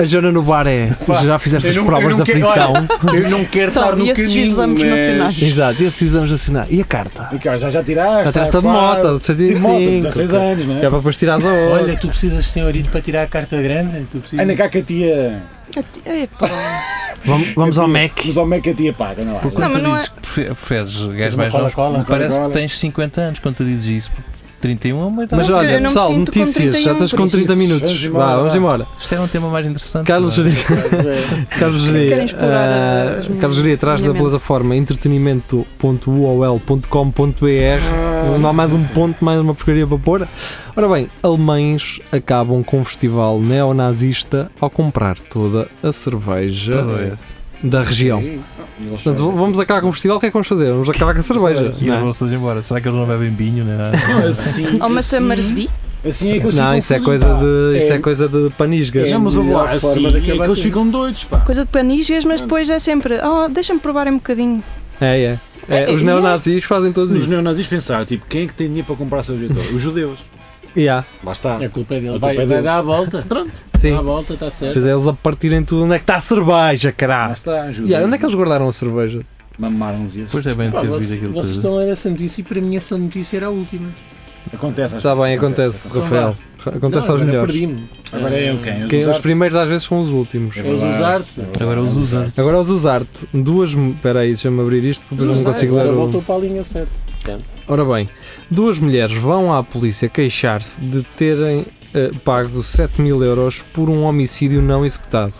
C: A Jona no bar é. Já fizeste as
F: eu não- eu
C: provas
F: não
C: da
F: quero-
C: frição.
F: Eu não quero
E: Então,
F: estar no
E: e esses
F: caminho,
E: exames
F: mas-
E: nacionais?
C: Exato, e esses exames nacionais. E a carta?
B: já, já tiraste.
C: Já tiraste
F: é
B: tá,
C: a de moto,
B: quase. Sim, moto, 16
C: 16
B: anos, não
C: É
B: é?
C: para depois tirar a hora.
F: Olha, tu precisas de senhorilho para tirar a carta grande? Tu precisas...
B: Ana cá que a tia.
E: É Epá.
C: Vamos, vamos ao Mac.
B: Mas ao Mac a tia paga, não é?
D: Porque
E: Não,
D: quando
E: mas
D: tu
E: não
D: dizes que prefe- preferes gajos
F: uma
D: mais
F: cola,
D: novos,
F: cola.
D: parece
B: Cola,
D: que tens 50 anos quando tu dizes isso. porque 31 é uma idade.
C: Mas
E: Não,
C: olha,
E: eu não me
C: pessoal,
E: sinto com
C: notícias, já
E: 31
C: estás
E: por
C: com
E: isso.
C: 30 minutos.
B: Vamos embora,
C: Vá, vamos
B: vá.
C: embora.
D: Isto era um tema mais interessante.
C: Carlos
D: não é?
C: Jeria. Carlos Jeria.
E: Querem explorar,
C: ah,
E: as minhas-
C: Carlos Jeria atrás
E: minha
C: da
E: mente.
C: plataforma entretenimento.uol.com.br.
D: Ah.
C: Não há mais um ponto, mais uma porcaria para pôr. Ora bem, alemães acabam com um festival neonazista ao comprar toda a cerveja
D: Estás a ver?
C: da região. Portanto, v- vamos acabar com o festival, o que é que vamos fazer? Vamos acabar com a cerveja.
D: E
C: não é?
D: eles vão-se todos embora. Será que eles não bebem vinho? né? nem nada?
B: Assim,
E: Há uma Summersby?
B: assim é que eles
C: Não,
B: ficam
C: isso é
B: felizes,
C: coisa
B: pá.
C: de, isso é
B: É-
C: coisa de panisgas.
B: É, mas houve lá,
F: melhor
B: assim
F: forma de
B: é que
F: acabar
B: eles
F: com
B: ficam doidos, pá.
E: Coisa de panisgas, mas depois é sempre. Oh, deixa-me provar um bocadinho.
C: É, é. É,
E: É,
C: os
E: é.
C: neonazis fazem todos
B: Os
C: isso.
B: neonazis pensaram, tipo, quem é que tem dinheiro para comprar cerveja toda? Os judeus.
C: Yeah,
B: Lá está.
F: A culpa é
B: A
F: dele.
B: culpa
F: Vai,
B: é
F: vai
B: dele.
F: dar a volta.
C: sim.
B: Ah,
F: Dá a volta, está certo.
C: Pois é, eles a partirem tudo. Onde é que está a cerveja,
B: Lá
C: caralho?
B: está, os judeus.
C: Yeah, onde é que eles guardaram a cerveja?
B: Mamaram-lhes isso.
D: Depois é bem
F: Pá,
D: ter
F: vocês,
D: ouvido aquilo
F: vocês
D: tudo.
F: estão a ler essa notícia e para mim essa notícia era a última.
B: Acontece. às
C: Está
B: vezes,
C: Tá bem, acontece,
F: Então
C: Rafael. Acontece
F: Não,
C: aos
F: agora
C: melhores.
F: perdi-me.
B: Agora é o quem? Os
C: Quem- os
B: usados?
C: primeiros às vezes são os últimos.
B: É
F: Eles
B: verdade.
F: usarte.
D: Agora
B: é
D: os usam.
C: Agora os Usarte, duas. Espera aí, deixa-me abrir isto porque eu não
E: Usarte,
C: consigo ler
F: Agora
C: o.
F: voltou para a linha certa.
C: Ora bem, duas mulheres vão à polícia queixar-se de terem eh, pago 7 mil euros por um homicídio não executado.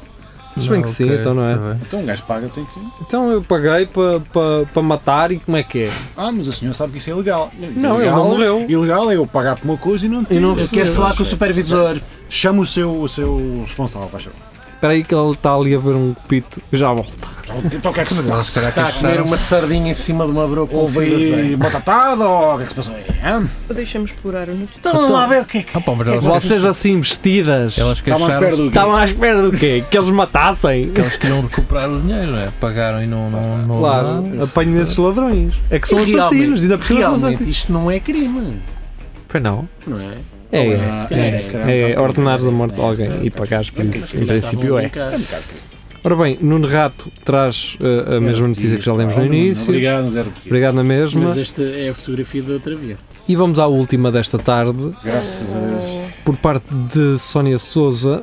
C: Mas bem que sim,
D: ok,
C: então não é?
D: tá bem.
B: Então um gajo paga, tem que.
C: Então eu paguei para pa, pa matar e como é que é?
B: Ah, mas o senhor sabe que isso é ilegal.
C: Não, ele não morreu.
B: Ilegal é eu pagar por uma coisa e não ter.
C: E não
F: Eu
C: recebeu.
F: quero falar com o supervisor.
B: Chama o seu, o seu responsável, faz favor.
C: Espera aí que ele está ali a ver um pito. Eu Já volto.
B: Então o que é que se passa?
F: Está a Tá, comer uma sardinha em cima de uma broa com
B: Houve aí
F: fio
B: batatada ou o que é que se passou aí? hã?
E: Deixa-me explorar o notícia.
F: Então lá ver o que é que.
D: Ah, pá, mas elas-
C: Vocês assim vestidas.
D: Elas
B: Estavam à espera
D: queixaram-se
B: do quê?
C: Estavam à espera do quê? Que eles matassem?
D: que eles queriam recuperar o dinheiro, não é? Pagaram e não. não, não
C: Claro, apanho esses ladrões. É que são
F: E realmente-
C: assassinos, ainda por cima são
F: Realmente
C: assassinos.
F: isto não é crime.
C: Pois não.
F: Não é?
C: É,
B: Ah,
F: se calhar é, se
B: calhar
C: é,
B: um
C: é
B: bocado.
C: ordenares a morte de alguém e pagares por isso. Em princípio é.
F: Estavam a brincar.
C: Ora bem, Nuno Rato traz uh, a mesma notícia que já lemos no
B: Obrigado,
C: início.
B: Obrigado, Zé Repetido.
C: Obrigado na mesma.
F: Mas esta é a fotografia da outra via.
C: E vamos à última desta tarde,
B: Graças a Deus.
C: por parte de Sónia Souza,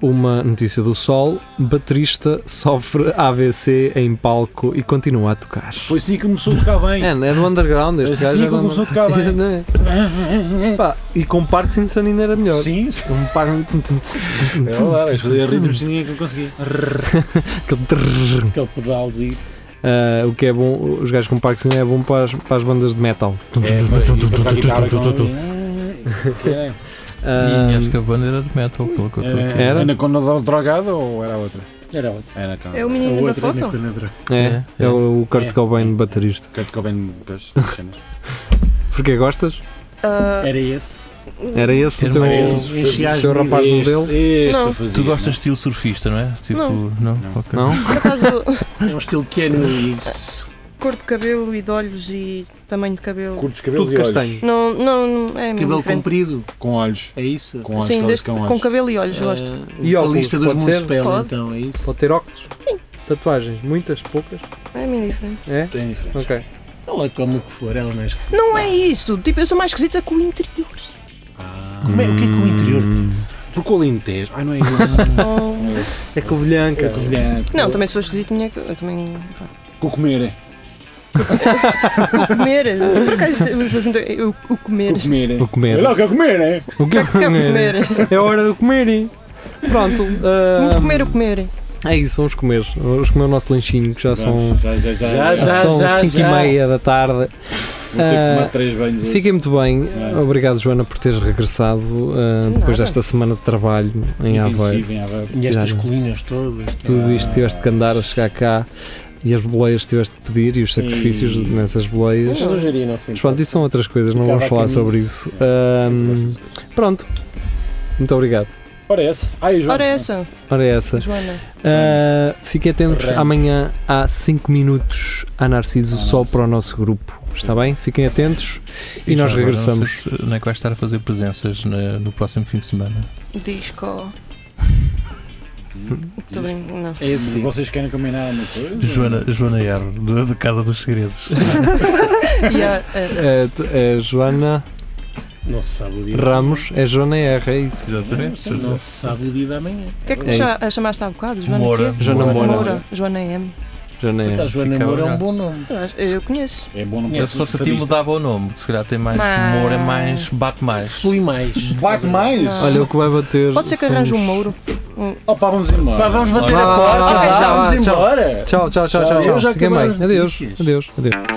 C: uh, uma notícia do Sol. Baterista sofre AVC em palco e continua a tocar.
B: Foi assim que começou a tocar bem.
C: Mano, é do underground este
B: Assim
C: gajo. é
B: que
C: do
B: começou a tocar bem.
C: Não é? Pá, e com Parkinson ainda era melhor.
B: Sim, sim.
C: Um Parkinson.
B: É verdade, eles faziam ritmos sem ninguém é que eu conseguia.
C: aquele trrr.
F: Aquele pedalzinho.
C: Ah, o que é bom, os gajos com Parkinson é bom para as, para as bandas de metal.
B: É, e tocar guitarra com- Que é?
C: Ah,
D: E acho que a banda era de metal, pelo que eu estou aqui.
C: Era?
B: Era? Anaconda da drogada ou era outra?
F: Era outra.
B: Era Anaconda.
E: É o menino da
F: outra
E: foto?
F: Nicoladra.
C: É, é,
D: É,
C: o Kurt
F: É.
C: Cobain, baterista.
B: Kurt Cobain, depois, das cenas.
C: Porquê gostas?
E: Ah,
F: Era esse.
C: Era esse o teu,
D: Era
F: mais esse. Enchia
C: o
F: as
C: teu rapaz
B: Este-
C: modelo?
F: É,
B: este
E: Não.
B: eu fazia,
D: Tu gostas de estilo surfista, não é? Tipo,
E: Não.
D: não?
B: Não.
D: Ok.
C: Não?
E: por acaso,
F: É um estilo Keanu
E: Hum,
F: Reeves.
E: cor de cabelo e de olhos e tamanho de cabelo.
B: Curtos cabelos
C: Tudo
B: e olhos.
C: castanho.
E: Não, não, não, é mesmo
F: Cabelo
E: diferente.
F: comprido.
B: Com olhos.
F: É isso?
B: Com olhos,
E: Sim,
B: com olhos,
E: deste-
B: com olhos.
E: com cabelo e olhos,
F: Ah,
E: gosto.
C: E
F: a
C: óculos,
F: lista dos
C: pode
F: mundos
C: ser?
F: spell,
E: Pode.
F: então, é isso?
C: Pode ter óculos? Tatuagens? Muitas? Poucas?
E: É meio diferente.
C: É?
B: Tem diferença.
C: Ok.
F: Ela come o que for, ela não é esquecida.
E: Não é isso. Tipo, eu sou mais esquisita com o interior.
F: Como é, o que é que o interior tem de ser?
B: Porque o Alentejo. Ai, não é isso.
E: Oh.
C: É covilhanca.
B: Covilhã.
E: Não, também sou esquisitinha. Eu também.
B: Com comer.
E: O comer. Por acaso, vocês me dão- eu- o comer.
B: Com comer.
C: O comer.
B: É logo, é comer, é?
C: O que é
E: O comer.
C: É hora do comer. hein? Pronto. ah,
E: Vamos comer o comer.
C: É isso, vamos comer. Vamos comer o nosso lanchinho que já são.
B: Já, já, já.
F: Já, já.
C: são 5 e
F: já.
C: meia da tarde.
B: Vou ter que
C: Ah,
B: tomar três banhos hoje.
C: Fiquem muito bem.
B: É.
C: Obrigado, Joana, por teres regressado ah,
E: De
C: depois
E: nada.
C: desta semana de trabalho em Aveiro.
B: Intensivo em Aveiro.
C: Hum.
H: E estas
C: Claro.
H: colinas todas.
C: Tudo isto tiveste que andar a chegar cá e as boleias tiveste que pedir e os sacrifícios
B: E-
C: nessas boleias.
H: Mas hoje iria não sei.
C: Mas pronto, isso são outras coisas, não
H: Ficava
C: vamos falar
H: aqui
C: sobre isso. Ahm, pronto. Muito obrigado.
B: Ora essa. Ai, João.
E: Ora é essa,
C: Ora é essa.
E: Joana.
C: Ah, fiquem atentos,
H: Ramos.
C: amanhã há 5 minutos a Narciso
B: Ah,
C: só
B: nossa.
C: para o nosso grupo. Está bem? Fiquem atentos e,
D: já
C: nós
D: agora,
C: regressamos.
D: Não, sei se- não é que vais estar a fazer presenças na- no próximo fim de semana.
E: Disco. Muito bem, não.
B: É assim. Vocês querem combinar uma coisa?
D: Joana, Joana Erro, de, de Casa dos Segredos.
E: E há, eh,
C: É, t- é Joana
H: Não se sabe o dia.
C: Ramos, é Joana R, é isso.
D: Exatamente.
H: Não se sabe o dia da manhã.
E: O que é que
C: É
E: me cha- a chamaste há bocado? Joana
D: Moura.
E: quê?
C: Joana
E: Moura.
C: Moura.
E: Joana M.
C: Joana
H: Por
C: R.
H: acaso, Joana
D: Ficava
H: Moura é
D: cá.
H: um bom nome.
E: Eu acho- Eu conheço.
B: É bom não
H: É,
D: Eu,
B: parecer
D: se fosse a ti
B: sadista.
D: mudava o nome, que se calhar tem mais
E: Mas-
D: humor, é mais, bate mais.
H: Flui mais.
B: Bate mais?
E: Não.
C: Olha, o que vai bater.
E: Pode ser que
C: somos-
E: arranje um Mouro.
B: Opa, vamos embora.
H: Pá, vamos bater
C: Vá,
H: a
C: vá,
H: porta.
C: vá,
H: Ok,
C: vá,
H: já
C: vá,
H: vamos
C: tchau.
H: embora.
C: Tchau, tchau, tchau, tchau.
H: Eu já
C: Fiquem
H: acabaram
C: bem.
H: as
C: Adeus.
H: notícias.
C: Adeus. Adeus.